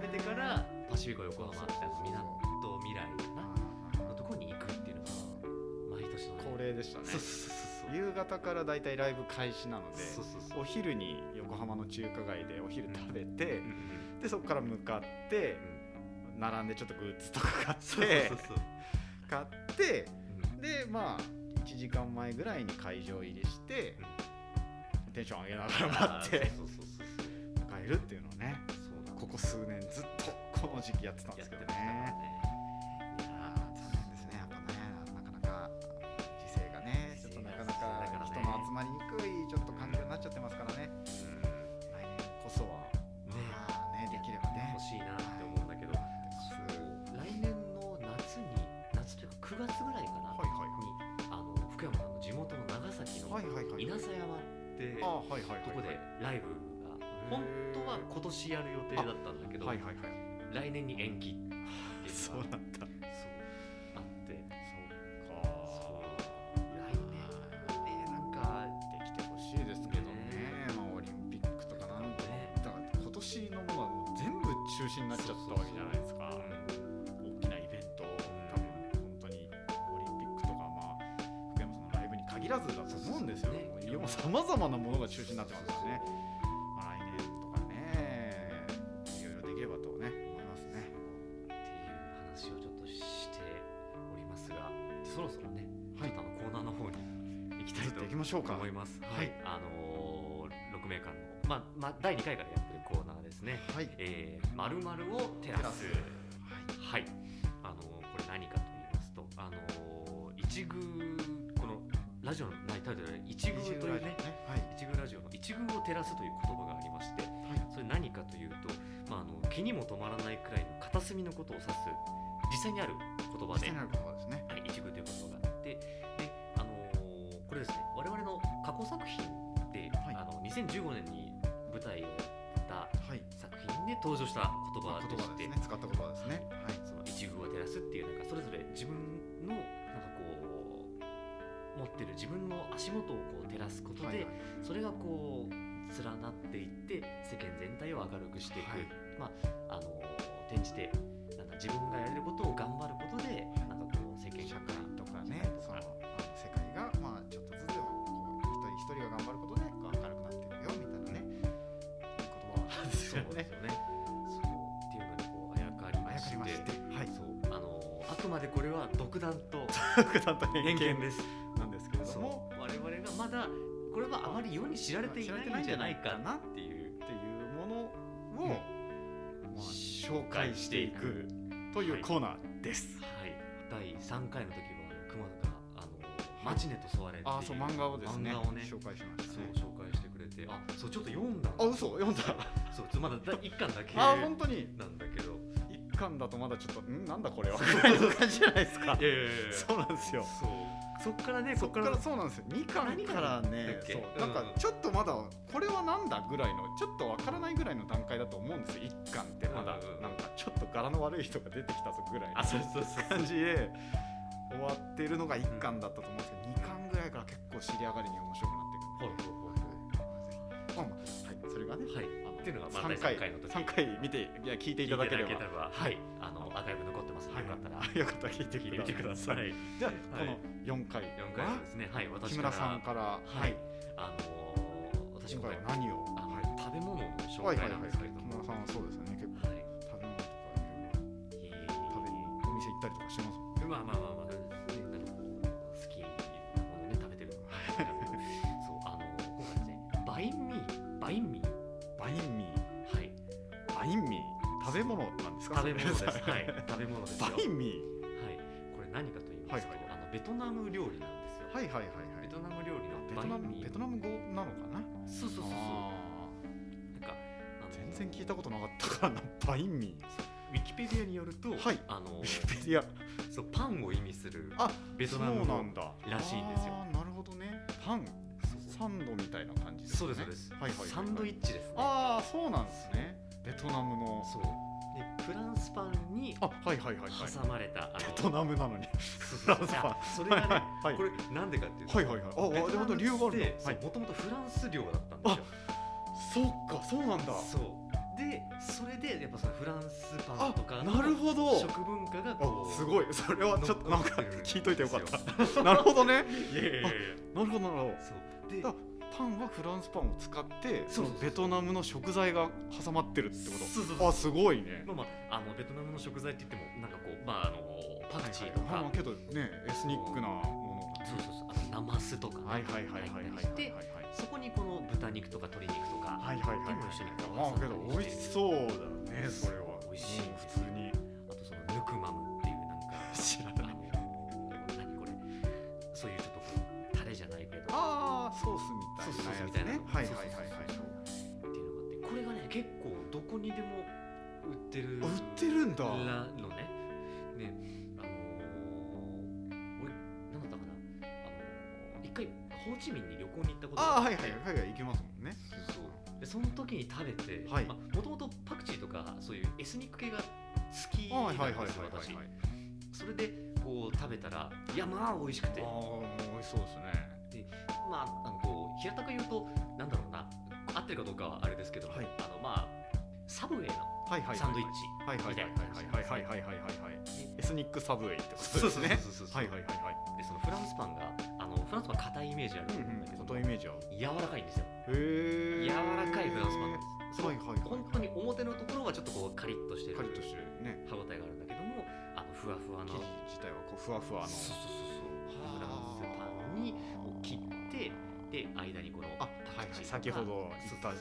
[SPEAKER 2] めてからパシフィコ横浜みたいな
[SPEAKER 1] そうそうそう
[SPEAKER 2] 港未来かなのとこに行くっていうのが毎年のね
[SPEAKER 1] 恒例でしたね
[SPEAKER 2] そうそうそう
[SPEAKER 1] 夕方からだいたいライブ開始なので
[SPEAKER 2] そうそうそうそう
[SPEAKER 1] お昼に横浜の中華街でお昼食べて、
[SPEAKER 2] うんうん
[SPEAKER 1] でそこから向かって並んでちょっとグッズとか買って
[SPEAKER 2] そうそうそうそう
[SPEAKER 1] 買って
[SPEAKER 2] うん
[SPEAKER 1] でまあ1時間前ぐらいに会場入りして、テンション上げながら待って
[SPEAKER 2] そうそうそうそう
[SPEAKER 1] 帰るっていうのをね
[SPEAKER 2] そうなん
[SPEAKER 1] ここ数年ずっとこの時期やってたんで
[SPEAKER 2] や
[SPEAKER 1] す
[SPEAKER 2] って
[SPEAKER 1] けど
[SPEAKER 2] ましたか
[SPEAKER 1] ね。
[SPEAKER 2] らねいや
[SPEAKER 1] あー残念ですねやっぱねなかなか時勢がねちょっとなかなか人の集まりにくいちょっと環境になっちゃってますからね来年こそは
[SPEAKER 2] ーね
[SPEAKER 1] まあねできればね
[SPEAKER 2] 欲しいなって思うんだけどそう来年の夏に夏というか9月ぐらいかな、
[SPEAKER 1] はいはい
[SPEAKER 2] にあの福山さんの地元の長崎の
[SPEAKER 1] はいはいはい
[SPEAKER 2] 稲佐山って
[SPEAKER 1] あはいはいはい
[SPEAKER 2] とこでライブが
[SPEAKER 1] ー
[SPEAKER 2] 本当は今年やる予定だったんだけど、
[SPEAKER 1] はいはいはい
[SPEAKER 2] 来年に延期っていうのが
[SPEAKER 1] そうなんだ
[SPEAKER 2] そうあって
[SPEAKER 1] そうか
[SPEAKER 2] そう来年はねなんか
[SPEAKER 1] できてほしいですけどねまあオリンピックとかなんて
[SPEAKER 2] ね
[SPEAKER 1] だから今年のものはもう全部中止になっちゃったわけじゃないですか大きなイベント多分本当にオリンピックとかまあ福山さんのライブに限らずだと思うんですよ
[SPEAKER 2] そうそうそう
[SPEAKER 1] もうさまざまなものが中止になってますからね、まあ、来年とかねいろいろできればとね思いますね
[SPEAKER 2] っていう話をちょっとしておりますがそろそろね、
[SPEAKER 1] はい
[SPEAKER 2] ちょっとあのコーナーの方に行きたい
[SPEAKER 1] ちょっ
[SPEAKER 2] と
[SPEAKER 1] といきましょうか
[SPEAKER 2] 思います。
[SPEAKER 1] はい
[SPEAKER 2] あのー、6名間の、まあまあ、第2回からやってるコーナーですね。
[SPEAKER 1] はい
[SPEAKER 2] えー、まるまるをテラス。
[SPEAKER 1] は
[SPEAKER 2] はい。あのー、これ何かと言いますと、あのー、一宮このラジオのないタイトルで一
[SPEAKER 1] い
[SPEAKER 2] 宮というね。
[SPEAKER 1] はい
[SPEAKER 2] 一宮ラジオの一宮を照らすという言葉がありまして、
[SPEAKER 1] はい
[SPEAKER 2] それ何かというと、まあ、あの気にも止まらないくらいの片隅のことを指す実際にある言葉
[SPEAKER 1] 実際
[SPEAKER 2] で
[SPEAKER 1] になる言葉ですね
[SPEAKER 2] はい、一部ということがあってで、あのーこれですね我々の過去作品で、
[SPEAKER 1] はい
[SPEAKER 2] あの2015年に舞台をやった
[SPEAKER 1] はい
[SPEAKER 2] 作品で登場した言葉
[SPEAKER 1] 言
[SPEAKER 2] でし
[SPEAKER 1] 葉で
[SPEAKER 2] て
[SPEAKER 1] すね使った言葉ですねはい
[SPEAKER 2] その一部を照らすっていうなんかそれぞれ自分のなんかこう持ってる自分の足元をこう照らすこと
[SPEAKER 1] はい
[SPEAKER 2] で、
[SPEAKER 1] はい
[SPEAKER 2] それがこう連なっていって世間全体を明るくしていく、
[SPEAKER 1] はい
[SPEAKER 2] まああの転じてなんだ自分がやれることを頑張ることでなんかこう世間
[SPEAKER 1] 社
[SPEAKER 2] が
[SPEAKER 1] 会とかねそのあの世界がまあちょっとずつでもこう一人一人が頑張ることでこう明るくなっていくよみたいなね言葉です
[SPEAKER 2] そう
[SPEAKER 1] よ
[SPEAKER 2] ですよね
[SPEAKER 1] ね。
[SPEAKER 2] そうっていうのにこうあやかり
[SPEAKER 1] あ
[SPEAKER 2] ま
[SPEAKER 1] や
[SPEAKER 2] し
[SPEAKER 1] か
[SPEAKER 2] て
[SPEAKER 1] りましてはい
[SPEAKER 2] そうあのあくまでこれは独断と
[SPEAKER 1] 特段と偏
[SPEAKER 2] 偏見
[SPEAKER 1] 見
[SPEAKER 2] です。
[SPEAKER 1] なんですけれど
[SPEAKER 2] そう
[SPEAKER 1] も
[SPEAKER 2] 我々がまだこれはあまり世に知られていないんじゃないかなっていう
[SPEAKER 1] っていうものを、まあ、紹
[SPEAKER 2] 紹
[SPEAKER 1] 介
[SPEAKER 2] 介
[SPEAKER 1] し
[SPEAKER 2] してて
[SPEAKER 1] い
[SPEAKER 2] い
[SPEAKER 1] く
[SPEAKER 2] く
[SPEAKER 1] とい
[SPEAKER 2] は
[SPEAKER 1] う
[SPEAKER 2] い
[SPEAKER 1] コーナーです。
[SPEAKER 2] はい、第3回の時はあの熊田があのマチネとソワレっていう
[SPEAKER 1] あーそう漫画をですね
[SPEAKER 2] 漫画をね
[SPEAKER 1] 紹介しました
[SPEAKER 2] そ
[SPEAKER 1] ね。
[SPEAKER 2] う紹介してくれてあそうちょっと読んだ
[SPEAKER 1] あ嘘読んだ。
[SPEAKER 2] そうちょっとまだ第1巻だけ
[SPEAKER 1] あ
[SPEAKER 2] な
[SPEAKER 1] ー本当に
[SPEAKER 2] んだけど
[SPEAKER 1] 一巻だとまだちょっとんなんだこれはぐらいの 感じじゃないですか
[SPEAKER 2] い。やいやいやいや
[SPEAKER 1] そうなんですよ。
[SPEAKER 2] そうそっからね
[SPEAKER 1] そ
[SPEAKER 2] そ
[SPEAKER 1] っ
[SPEAKER 2] っ
[SPEAKER 1] か
[SPEAKER 2] からら
[SPEAKER 1] そうなんですよ2巻から
[SPEAKER 2] 何
[SPEAKER 1] ね
[SPEAKER 2] 巻だっけ
[SPEAKER 1] そうなん
[SPEAKER 2] うん
[SPEAKER 1] かちょっとまだこれはなんだぐらいのちょっとわからないぐらいの段階だと思うんですよ1巻ってまだ
[SPEAKER 2] うんうんうん
[SPEAKER 1] なんかちょっと柄の悪い人が出てきたぞぐらい
[SPEAKER 2] あそう
[SPEAKER 1] の
[SPEAKER 2] そうそう
[SPEAKER 1] 感じで終わってるのが1巻だったと思うんですけど2巻ぐらいから結構尻上がりに面白くな
[SPEAKER 2] ほら
[SPEAKER 1] ってくる
[SPEAKER 2] ほら
[SPEAKER 1] まあまあはいそれがね
[SPEAKER 2] ほらはいっていうのがまあ第
[SPEAKER 1] 3
[SPEAKER 2] 3
[SPEAKER 1] 回
[SPEAKER 2] 回の時
[SPEAKER 1] 3回見ていや聞いていただければ
[SPEAKER 2] 聞いていただければはいあのアーカイブ残ってますのでよかったら
[SPEAKER 1] はいよかったら聞いて
[SPEAKER 2] 聞いてみてください
[SPEAKER 1] じゃあ
[SPEAKER 2] はい
[SPEAKER 1] この4回
[SPEAKER 2] 4回目ですねはい
[SPEAKER 1] は
[SPEAKER 2] 私
[SPEAKER 1] 木
[SPEAKER 2] から
[SPEAKER 1] 村さんから
[SPEAKER 2] は
[SPEAKER 1] はいい
[SPEAKER 2] あのー私
[SPEAKER 1] 今
[SPEAKER 2] 今
[SPEAKER 1] 回
[SPEAKER 2] 回
[SPEAKER 1] は
[SPEAKER 2] は
[SPEAKER 1] 何を
[SPEAKER 2] あの
[SPEAKER 1] はい
[SPEAKER 2] 食べ物の紹
[SPEAKER 1] はいは
[SPEAKER 2] 介
[SPEAKER 1] い
[SPEAKER 2] な
[SPEAKER 1] は
[SPEAKER 2] ん
[SPEAKER 1] い
[SPEAKER 2] ですけれど
[SPEAKER 1] 木
[SPEAKER 2] も
[SPEAKER 1] 村さんはそうですよね結構
[SPEAKER 2] はい
[SPEAKER 1] 食べ物とかいろい
[SPEAKER 2] 食べ
[SPEAKER 1] ろお店行ったりとかしてますもんね
[SPEAKER 2] まあまあまあまあ、なんかこう好きなものね食べてるのがそうあの今回ですねバインミーバインミー
[SPEAKER 1] バインミー
[SPEAKER 2] はい
[SPEAKER 1] バインミー食べ物なんですか
[SPEAKER 2] 食べ物です
[SPEAKER 1] それ
[SPEAKER 2] はい食べ物ですよ
[SPEAKER 1] バ
[SPEAKER 2] はい
[SPEAKER 1] インミ
[SPEAKER 2] これ何かと言いますと、
[SPEAKER 1] はいはい
[SPEAKER 2] あのベトナム料理なんですよ
[SPEAKER 1] ーはいはいはい
[SPEAKER 2] ベトナム料理の
[SPEAKER 1] はいベ
[SPEAKER 2] バ
[SPEAKER 1] トナ
[SPEAKER 2] イン
[SPEAKER 1] ム
[SPEAKER 2] ミー
[SPEAKER 1] ベトナム語なのかな
[SPEAKER 2] そうそうそうそ
[SPEAKER 1] あ
[SPEAKER 2] うなんかあの
[SPEAKER 1] ー全然聞いたことなかったからなバインミ
[SPEAKER 2] ウィキペディアによると、
[SPEAKER 1] はい
[SPEAKER 2] あの
[SPEAKER 1] ーウィキペディア
[SPEAKER 2] そうパンを意味する
[SPEAKER 1] あ
[SPEAKER 2] ベトナ
[SPEAKER 1] そ
[SPEAKER 2] ム
[SPEAKER 1] うな
[SPEAKER 2] の
[SPEAKER 1] んだ
[SPEAKER 2] らしいんですよ
[SPEAKER 1] あーなるほどねパンサンドみたいな感じです
[SPEAKER 2] そ
[SPEAKER 1] ね
[SPEAKER 2] うですそ
[SPEAKER 1] はいは
[SPEAKER 2] うです、
[SPEAKER 1] いはいはい
[SPEAKER 2] サンドイッチですね
[SPEAKER 1] ああそうなんですねベトナムの
[SPEAKER 2] そうでフランスパンに
[SPEAKER 1] あはいはいはいはい
[SPEAKER 2] 挟まれた、あの
[SPEAKER 1] ベトナムなのに
[SPEAKER 2] そ
[SPEAKER 1] フ
[SPEAKER 2] うそ
[SPEAKER 1] ラ
[SPEAKER 2] う
[SPEAKER 1] ン
[SPEAKER 2] そう
[SPEAKER 1] スパン
[SPEAKER 2] それがね、
[SPEAKER 1] はい
[SPEAKER 2] これなんでかっていうと、
[SPEAKER 1] はいはいはいああ
[SPEAKER 2] ベトナムって
[SPEAKER 1] でも理由があるんだはい
[SPEAKER 2] もともとフランス領だったんですよ
[SPEAKER 1] そっかそうなんだ
[SPEAKER 2] そうでそれでやっぱそのフランスパンとかの
[SPEAKER 1] なるほど
[SPEAKER 2] 食文化がこ
[SPEAKER 1] あ
[SPEAKER 2] う
[SPEAKER 1] すごいそれはちょっとなんか
[SPEAKER 2] 残ってる
[SPEAKER 1] 聞いといてよかった
[SPEAKER 2] で
[SPEAKER 1] なるほどね
[SPEAKER 2] すよいやいやいやいや
[SPEAKER 1] なるほどなるほど
[SPEAKER 2] そうで
[SPEAKER 1] あパンはフランスパンを使ってそ
[SPEAKER 2] そうそうそう
[SPEAKER 1] のベトナムの食材が挟まってるってこと
[SPEAKER 2] そうそうそう
[SPEAKER 1] あすごいね
[SPEAKER 2] まあまあ、あのベトナムの食材って言ってもなんかこう、まあ、あのパクチーと
[SPEAKER 1] は
[SPEAKER 2] か、
[SPEAKER 1] いはいあまあけどねエスニックなも
[SPEAKER 2] そうそうそうあとナマスとかね
[SPEAKER 1] のはいはいはいはいはい
[SPEAKER 2] 入っ
[SPEAKER 1] は
[SPEAKER 2] た
[SPEAKER 1] い
[SPEAKER 2] りしてそこにこの豚肉とか鶏肉とか
[SPEAKER 1] はいはいはいはい
[SPEAKER 2] でも一緒に合
[SPEAKER 1] まあ
[SPEAKER 2] わさ
[SPEAKER 1] け
[SPEAKER 2] ったり
[SPEAKER 1] ど美味しそうだねそれは
[SPEAKER 2] 美味
[SPEAKER 1] う
[SPEAKER 2] しい
[SPEAKER 1] ん普通に
[SPEAKER 2] あとそのヌクマムっていうなんか
[SPEAKER 1] 知ら
[SPEAKER 2] あの何これそういうちょっとこうタレじゃないけど
[SPEAKER 1] ああソースみたいなやつね
[SPEAKER 2] ソ
[SPEAKER 1] は
[SPEAKER 2] ー
[SPEAKER 1] い
[SPEAKER 2] ス
[SPEAKER 1] は
[SPEAKER 2] み
[SPEAKER 1] い
[SPEAKER 2] たい
[SPEAKER 1] はい
[SPEAKER 2] な
[SPEAKER 1] はい
[SPEAKER 2] そうっていうのがあってこれがね結構どこにでも売ってる
[SPEAKER 1] あ売ってるんだ
[SPEAKER 2] らのねねあのー、俺何だったかなあのー一回ホーチミンに旅行に行ったこと
[SPEAKER 1] ああ
[SPEAKER 2] が
[SPEAKER 1] は
[SPEAKER 2] っ
[SPEAKER 1] い
[SPEAKER 2] て
[SPEAKER 1] はい海外行けますもんね
[SPEAKER 2] そうでその時に食べて
[SPEAKER 1] はい
[SPEAKER 2] まあもともとパクチーとかそういうエスニック系が好き
[SPEAKER 1] あー
[SPEAKER 2] な
[SPEAKER 1] はい
[SPEAKER 2] ん
[SPEAKER 1] はいはいはい
[SPEAKER 2] ですよ
[SPEAKER 1] はいはい
[SPEAKER 2] 私それでこう食べたらいやまあ美味しくて
[SPEAKER 1] ああもう美味しそうですね
[SPEAKER 2] まあ、あのこう平たく言うと、なんだろうな、合ってるかどうかはあれですけども、
[SPEAKER 1] はい
[SPEAKER 2] あのまあ、サブウェイの
[SPEAKER 1] はいはい
[SPEAKER 2] サンドイッチ
[SPEAKER 1] はいはいはい
[SPEAKER 2] みた
[SPEAKER 1] はい
[SPEAKER 2] いな感じなんです
[SPEAKER 1] はいはいはいはいはいエ
[SPEAKER 2] ね
[SPEAKER 1] スニックサブウェイってこと
[SPEAKER 2] そう
[SPEAKER 1] ですね
[SPEAKER 2] そうそうそうそう
[SPEAKER 1] はいはいはいはい
[SPEAKER 2] でそのフランスパンが、あのフランスパン硬いイメージあると思
[SPEAKER 1] イ
[SPEAKER 2] うんだけども、
[SPEAKER 1] メージは
[SPEAKER 2] 柔らかいんですよ。
[SPEAKER 1] へ
[SPEAKER 2] 柔らかいフランスパンなんです。その
[SPEAKER 1] はいはいはい
[SPEAKER 2] 本当に表のところはちょっとこうカリッとして
[SPEAKER 1] カ
[SPEAKER 2] る
[SPEAKER 1] リッとしてるね
[SPEAKER 2] 歯応えがあるんだけども、あのふわふわの
[SPEAKER 1] 生地自体はこうふわふわの
[SPEAKER 2] そうそうそうそうフランスパ
[SPEAKER 1] あー
[SPEAKER 2] ンにを切って、で間にこの
[SPEAKER 1] あは
[SPEAKER 2] パ
[SPEAKER 1] い
[SPEAKER 2] ク
[SPEAKER 1] は
[SPEAKER 2] チ
[SPEAKER 1] い
[SPEAKER 2] ーと
[SPEAKER 1] 先ほ
[SPEAKER 2] か
[SPEAKER 1] ど言
[SPEAKER 2] そう
[SPEAKER 1] った
[SPEAKER 2] そう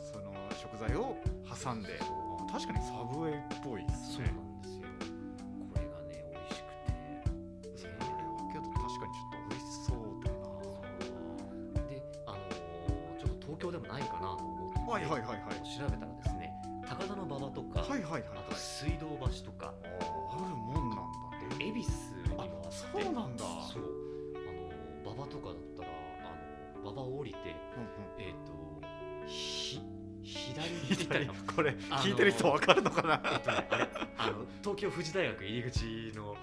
[SPEAKER 2] そう
[SPEAKER 1] その食材を挟んであ確かにサブウェイっぽいです
[SPEAKER 2] そう
[SPEAKER 1] ね
[SPEAKER 2] なんですよ。これがね、美味しくて。
[SPEAKER 1] それ
[SPEAKER 2] ね
[SPEAKER 1] はけど確かにちょっと美味しそうだな
[SPEAKER 2] で、あのーちょっと東京でもないかなと思って、
[SPEAKER 1] はいはいはいはい
[SPEAKER 2] 調べたらですね、高田の馬場とか、
[SPEAKER 1] はいはいはいはい
[SPEAKER 2] あと水道橋とか、
[SPEAKER 1] あーあるもんなんだね
[SPEAKER 2] 恵比寿にもあ
[SPEAKER 1] あ
[SPEAKER 2] っ
[SPEAKER 1] そ
[SPEAKER 2] て、
[SPEAKER 1] うなんだ
[SPEAKER 2] そう、あのー馬場とかだったら、あのー馬場を降りて、
[SPEAKER 1] うんうん
[SPEAKER 2] えっ、と、ひ、左に行った
[SPEAKER 1] 左
[SPEAKER 2] り、
[SPEAKER 1] これ
[SPEAKER 2] あの
[SPEAKER 1] 聞いてる人わかるのかな
[SPEAKER 2] えっとね、あれ、あの東京富士大学入り口の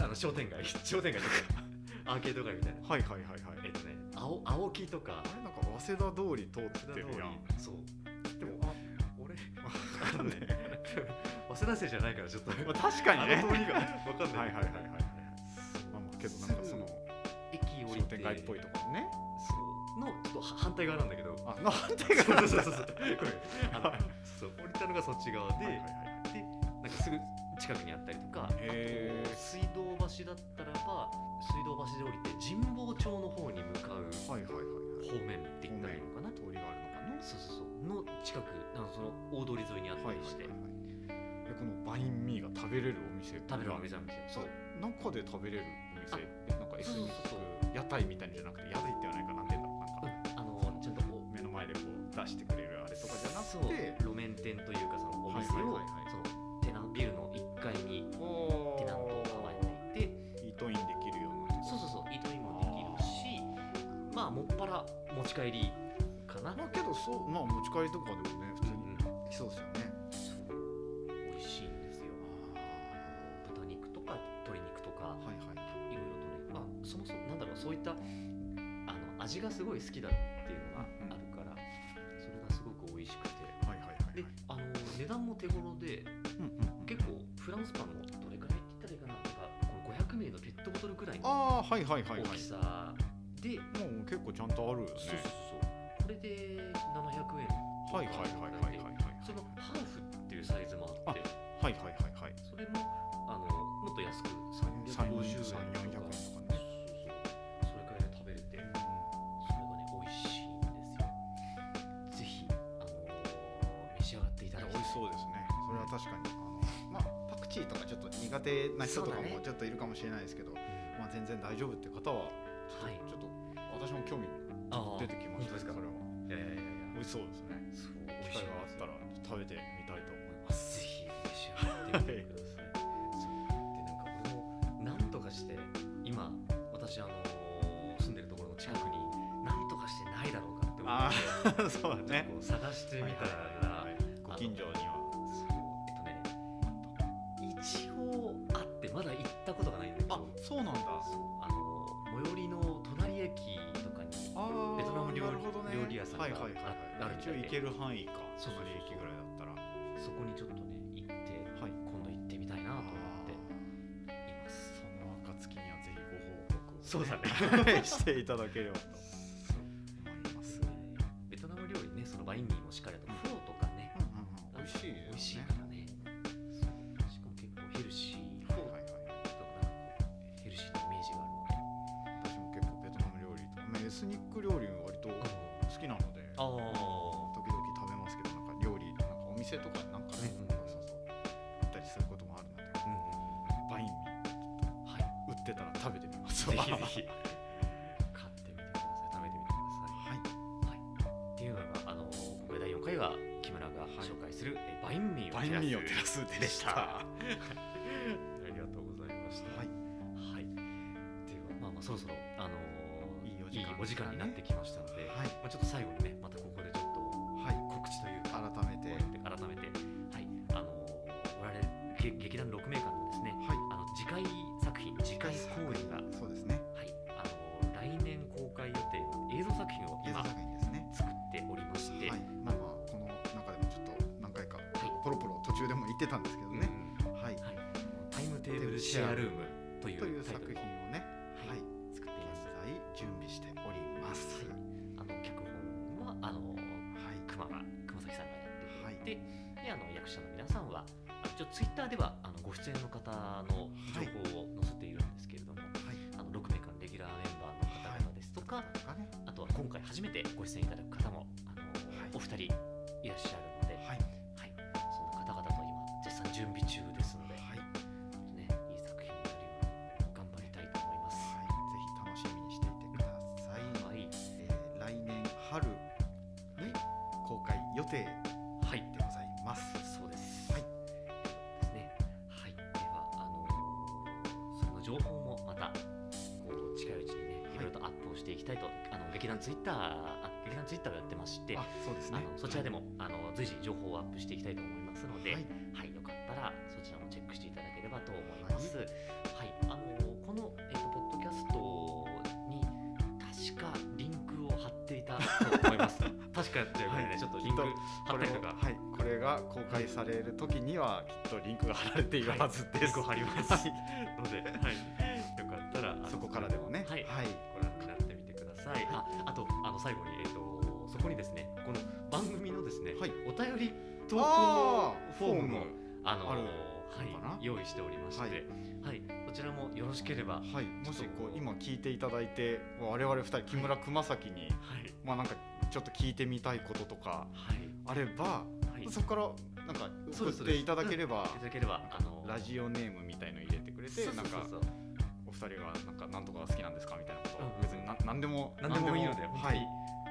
[SPEAKER 2] あの商店街、商店街とかアーケード街みたいな。
[SPEAKER 1] はいはいはいはい
[SPEAKER 2] えっとね、青青木とか
[SPEAKER 1] あ。れなんか早稲田通り通ってるやん
[SPEAKER 2] そう。
[SPEAKER 1] で
[SPEAKER 2] で
[SPEAKER 1] も
[SPEAKER 2] も俺
[SPEAKER 1] あ
[SPEAKER 2] あのね、早稲田生じゃないからちょっと。
[SPEAKER 1] まあ確かにね
[SPEAKER 2] あの通りがわかんない。
[SPEAKER 1] はいはいはいはいはいまあまあけどなんかその
[SPEAKER 2] 駅降り
[SPEAKER 1] 商
[SPEAKER 2] て
[SPEAKER 1] 店街っぽいところね
[SPEAKER 2] そうのちょっと反対側なんだけど。
[SPEAKER 1] あの反対が
[SPEAKER 2] そうそうそう そう。 これあのそう降りたのがそっち側
[SPEAKER 1] はい
[SPEAKER 2] で、
[SPEAKER 1] はい
[SPEAKER 2] な
[SPEAKER 1] は
[SPEAKER 2] ん
[SPEAKER 1] い
[SPEAKER 2] かすぐ近くにあったりとか。
[SPEAKER 1] へー
[SPEAKER 2] 水道橋だったらば水道橋で降りて神保町の方に向かう
[SPEAKER 1] はいはいはいはい
[SPEAKER 2] 方面って言ったらいいのかな
[SPEAKER 1] 通りがあるのかね
[SPEAKER 2] そうそうそうの近くあのその大通り沿いにあった
[SPEAKER 1] はい
[SPEAKER 2] り
[SPEAKER 1] はい
[SPEAKER 2] して、
[SPEAKER 1] はいでこのバインミーが食べれるお店
[SPEAKER 2] 食べるわけじゃんみたいな
[SPEAKER 1] そう中で食べれるお店えなんかエスニッ
[SPEAKER 2] そうそう
[SPEAKER 1] ク屋台みたいにじゃなくて屋台って言わないかなんて言うんだろうなんか
[SPEAKER 2] あのちょっとこう
[SPEAKER 1] 目の前でこう出してくれるあれとかじゃな
[SPEAKER 2] そう
[SPEAKER 1] くて
[SPEAKER 2] 路面店というかそのお店
[SPEAKER 1] はいはい
[SPEAKER 2] を
[SPEAKER 1] はいはい
[SPEAKER 2] そのテナンビルの1階に
[SPEAKER 1] お
[SPEAKER 2] テナントを構えていて
[SPEAKER 1] イートインできるような
[SPEAKER 2] そうそうそうイートインもできるしまあもっぱら持ち帰りかな、
[SPEAKER 1] まあけどそうまあ持ち帰りとかでもね普
[SPEAKER 2] うん
[SPEAKER 1] 通
[SPEAKER 2] う
[SPEAKER 1] に
[SPEAKER 2] ん
[SPEAKER 1] 来そうですよね
[SPEAKER 2] そう美味しいんですよ豚肉とか鶏肉と
[SPEAKER 1] は
[SPEAKER 2] か
[SPEAKER 1] いはい
[SPEAKER 2] いろいろとね、まあ、そもそもなんだろうそういったあの味がすごい好きだっていうのが
[SPEAKER 1] うんうん
[SPEAKER 2] あるから、それがすごく美味しくて
[SPEAKER 1] はいはいはい
[SPEAKER 2] で
[SPEAKER 1] はい
[SPEAKER 2] あの値段も手頃で
[SPEAKER 1] うんうんうん
[SPEAKER 2] 結構フランスパンもどれくらいって言ったらいいかななんかこの500ミリのペットボトルくらいの
[SPEAKER 1] ああはいはいはい
[SPEAKER 2] 大
[SPEAKER 1] はい
[SPEAKER 2] きさで、
[SPEAKER 1] もう結構ちゃんとあるよね
[SPEAKER 2] そうそうそうこれで700円と
[SPEAKER 1] は
[SPEAKER 2] か
[SPEAKER 1] いはいはいはいはいはい
[SPEAKER 2] そのハーフっていうサイズもあって
[SPEAKER 1] はいはいはいはい
[SPEAKER 2] それもあのもっと安く
[SPEAKER 1] 三
[SPEAKER 2] 350円とか
[SPEAKER 1] 三四百円とかね
[SPEAKER 2] そうそうそれくらいで食べれて、それがね美味しいんですよぜひあのー召し上がっていただき
[SPEAKER 1] 美
[SPEAKER 2] たい
[SPEAKER 1] 味しそうですねそれは確かにあのまあパクチーとかちょっと苦手な人とか
[SPEAKER 2] そうだ
[SPEAKER 1] も
[SPEAKER 2] ね
[SPEAKER 1] ちょっといるかもしれないですけど、まあ全然大丈夫って方は
[SPEAKER 2] はい
[SPEAKER 1] ちょっと私も興味
[SPEAKER 2] あー
[SPEAKER 1] 出てきました
[SPEAKER 2] 本当ですか
[SPEAKER 1] それはい
[SPEAKER 2] やいやいやいや
[SPEAKER 1] 美味しそうですね
[SPEAKER 2] そう
[SPEAKER 1] 機会があったら食べてみたいと思います
[SPEAKER 2] ぜひ召し上がってみてくださいそうでなんか俺もなんとかして今私あのー住んでるところの近くになんとかしてないだろうかって思
[SPEAKER 1] あ
[SPEAKER 2] って
[SPEAKER 1] あ そうだね
[SPEAKER 2] こう探してみたら
[SPEAKER 1] ご近所には
[SPEAKER 2] そうえっとね一応あってまだ行ったことがないんだけど
[SPEAKER 1] あそうなんだ
[SPEAKER 2] そうあの最寄りの隣駅とかに
[SPEAKER 1] あー
[SPEAKER 2] ベトナム料
[SPEAKER 1] なる
[SPEAKER 2] 理,、
[SPEAKER 1] ほどね
[SPEAKER 2] 料理屋さんが
[SPEAKER 1] はいはいはい
[SPEAKER 2] ああ
[SPEAKER 1] は
[SPEAKER 2] る
[SPEAKER 1] い
[SPEAKER 2] み
[SPEAKER 1] 一応行
[SPEAKER 2] たいで
[SPEAKER 1] ける範囲か
[SPEAKER 2] そうそうそう
[SPEAKER 1] 乗り駅ぐらいだったらは
[SPEAKER 2] そこにちょっとね行って
[SPEAKER 1] い
[SPEAKER 2] 今度行ってみたいなと思っていま
[SPEAKER 3] そ
[SPEAKER 2] す
[SPEAKER 3] の暁にはぜひご報告を
[SPEAKER 2] そうだね
[SPEAKER 1] していただければと思います、
[SPEAKER 2] ベトナム料理ねそのバインミーもしっかりあとフォーとかね
[SPEAKER 1] うんうんうん、美味しい
[SPEAKER 2] 美味しい
[SPEAKER 1] ね
[SPEAKER 2] からねそうしかも結構ヘルシー
[SPEAKER 1] はいはいはい
[SPEAKER 2] とかなんかこうヘルシーなイメージが
[SPEAKER 1] 私も結構ベトナム料理とか、まあエスニック料理割と
[SPEAKER 2] あるので
[SPEAKER 1] 好きなので
[SPEAKER 2] あ
[SPEAKER 1] 時
[SPEAKER 2] あ
[SPEAKER 1] 々食べますけどなんか料理なんかお店とかなんかね、
[SPEAKER 2] うん
[SPEAKER 1] そうそう行ったりすることもあるので
[SPEAKER 2] う
[SPEAKER 1] バインミ
[SPEAKER 2] んはい
[SPEAKER 1] ー売ってたら食べてみます
[SPEAKER 2] ぜひぜ
[SPEAKER 1] はい
[SPEAKER 2] ひ買ってみてください食べてみてくださいはい、っていうのが、あのこれ第4回は木村が紹介する、えバインミーを
[SPEAKER 1] バイ
[SPEAKER 2] 照
[SPEAKER 1] ン
[SPEAKER 2] らす
[SPEAKER 1] ミーを照らすでした
[SPEAKER 2] は
[SPEAKER 1] はい
[SPEAKER 3] ありがとうございました
[SPEAKER 1] い
[SPEAKER 2] い、では、まあ、まあそろそろ、あの
[SPEAKER 1] いいお時間ですね
[SPEAKER 2] になってきましたので、
[SPEAKER 1] はい
[SPEAKER 2] まあ、ちょっと最後にねまたここでちょっと
[SPEAKER 1] はい
[SPEAKER 2] 告知というか
[SPEAKER 1] 改めてはい
[SPEAKER 2] 改めて、はいあの我々げ劇団6名館のですねあの次回作品次回公演が、は
[SPEAKER 1] そうですね
[SPEAKER 2] いあの来年公開予定の映像作品を
[SPEAKER 1] 映像
[SPEAKER 2] 今
[SPEAKER 1] 作品ですね
[SPEAKER 2] 作っておりまして、
[SPEAKER 1] はいまあまあこの中でもちょっと何回かポロポロ途中でも言ってたんですけどね、はい
[SPEAKER 2] はい、タイムテーブルシェアルームとい
[SPEAKER 1] と
[SPEAKER 2] う
[SPEAKER 1] いう
[SPEAKER 2] タイト
[SPEAKER 1] 作
[SPEAKER 2] ル
[SPEAKER 1] 品をね
[SPEAKER 2] は
[SPEAKER 1] はいい
[SPEAKER 2] 作っています
[SPEAKER 1] 現。在準備しております
[SPEAKER 2] はいあの脚本はあの
[SPEAKER 1] はい
[SPEAKER 2] 熊が熊崎さんが
[SPEAKER 1] は
[SPEAKER 2] や
[SPEAKER 1] い
[SPEAKER 2] っていて、であの役者の皆さんはあちょツイッターではあのご出演の方の情報を載せているんですけれども、
[SPEAKER 1] はい
[SPEAKER 2] あの6名間レギュラーメンバーの方々ですとか、
[SPEAKER 1] なんかね
[SPEAKER 2] あとは今回初めてご出演いただく方もあの、
[SPEAKER 1] い
[SPEAKER 2] お二人いらっしゃるので、はい、
[SPEAKER 1] はい
[SPEAKER 2] その方々と今絶賛準備中ですので。
[SPEAKER 1] はい
[SPEAKER 2] ね、いい作品になるように頑張りたいと思います。
[SPEAKER 1] はい、ぜひ楽しみにしていてください。
[SPEAKER 2] はい、
[SPEAKER 1] えー来年春に公開予定で
[SPEAKER 2] はい、
[SPEAKER 1] ございます。
[SPEAKER 2] そうです。
[SPEAKER 1] はい
[SPEAKER 2] ですね。はい、では、あのーその情報もまた。こう近いうちに
[SPEAKER 1] は
[SPEAKER 2] ね、
[SPEAKER 1] い
[SPEAKER 2] いろいろとアップをしていきたいと、あの劇団ツイッター、あ、劇団ツイッターをやってまして。
[SPEAKER 1] あ、そうです
[SPEAKER 2] あ
[SPEAKER 1] ね。
[SPEAKER 2] のそちらで
[SPEAKER 1] も、
[SPEAKER 2] も、あの随時情報をアップしていきたいと思いますので、
[SPEAKER 1] は
[SPEAKER 2] はいい、、よかったらそちらもチェックしていただければと思います。はい、あのこのえっ、とポッドキャストに確かリンクを貼っていたと思います。 確かということでね、ちょっとリンク
[SPEAKER 1] きっ
[SPEAKER 2] 貼ったりとか、
[SPEAKER 1] はい、これが公開される時にはきっとリンクが貼られているはず
[SPEAKER 2] リ
[SPEAKER 1] で
[SPEAKER 2] ン
[SPEAKER 1] す。
[SPEAKER 2] クを貼ります。
[SPEAKER 1] はい、
[SPEAKER 2] ので、はい、よかったらあの
[SPEAKER 1] そこからでもね、
[SPEAKER 2] はい
[SPEAKER 1] はい、
[SPEAKER 2] ご覧になってみてください。あ、あとあの最後にえっ、とそこにですね、この番組のですね、
[SPEAKER 1] はい
[SPEAKER 2] お便り投
[SPEAKER 1] あ
[SPEAKER 2] 稿
[SPEAKER 1] ー
[SPEAKER 2] フォーム
[SPEAKER 1] フォー
[SPEAKER 2] を
[SPEAKER 1] ム
[SPEAKER 2] あの
[SPEAKER 1] あるのかな
[SPEAKER 2] はい用意しておりまして、は
[SPEAKER 1] はいい、
[SPEAKER 2] こちらもよろしければ、はい、
[SPEAKER 1] はい、もしこう今聞いていただいて、我々二人木村熊崎に、
[SPEAKER 2] はい、
[SPEAKER 1] まあなんかちょっと聞いてみたいこととかあれば、
[SPEAKER 2] はい、い
[SPEAKER 1] そこからなんか送っていただければ。
[SPEAKER 2] ただければあの
[SPEAKER 1] ラジオネームみたいの入れてくれて
[SPEAKER 2] そうそ
[SPEAKER 1] な
[SPEAKER 2] うん
[SPEAKER 1] か
[SPEAKER 2] そう
[SPEAKER 1] お二人がなんかなんとかが好きなんですかみたいなことを
[SPEAKER 2] うんうん
[SPEAKER 1] 別にな何でも
[SPEAKER 2] 何でもいいので、
[SPEAKER 1] は
[SPEAKER 2] はいい、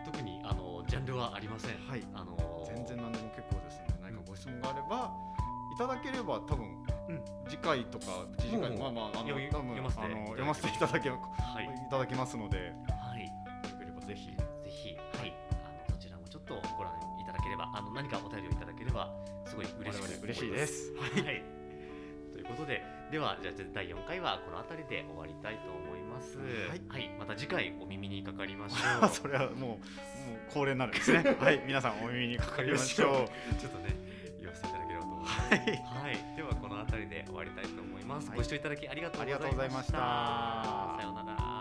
[SPEAKER 2] 特にあのジャンルはありません。
[SPEAKER 1] はい
[SPEAKER 2] あの
[SPEAKER 1] 全然何でも結構ですので何かご質問があればいただければ多分
[SPEAKER 2] うん
[SPEAKER 1] 次回とか次次
[SPEAKER 2] も
[SPEAKER 1] 回
[SPEAKER 2] う
[SPEAKER 1] まあまああの多
[SPEAKER 2] 読み
[SPEAKER 1] 分
[SPEAKER 2] 読ませて
[SPEAKER 1] あの読ませていただけい
[SPEAKER 2] はい、
[SPEAKER 1] ただきますのでよ
[SPEAKER 2] はい。
[SPEAKER 1] ければぜひ
[SPEAKER 2] ぜひ、はい、あのそちらもちょっとご覧いただければ、あの何かお便りをいただければ、すごい
[SPEAKER 1] 我
[SPEAKER 2] 嬉し
[SPEAKER 1] 々
[SPEAKER 2] く
[SPEAKER 1] 嬉しいです
[SPEAKER 2] 思います。はい、ということで、では、じゃあ第4回はこの辺りで終わりたいと思います。
[SPEAKER 1] はい
[SPEAKER 2] また次回お耳にかかりま し ょ
[SPEAKER 1] それはもうもう恒例になるんですね はい皆さんお耳にかかりましょう
[SPEAKER 2] よう。 ちょっとね、言わせていただければと思います。
[SPEAKER 1] はい
[SPEAKER 2] はい、ではこの辺りで終わりたいと思います。
[SPEAKER 1] はい
[SPEAKER 2] ご視聴いただきありがとう
[SPEAKER 1] ありがとう
[SPEAKER 2] ご
[SPEAKER 1] ご
[SPEAKER 2] ざ
[SPEAKER 1] ざ
[SPEAKER 2] い
[SPEAKER 1] い
[SPEAKER 2] ま
[SPEAKER 1] ま
[SPEAKER 2] し
[SPEAKER 1] した
[SPEAKER 2] た。さようなら。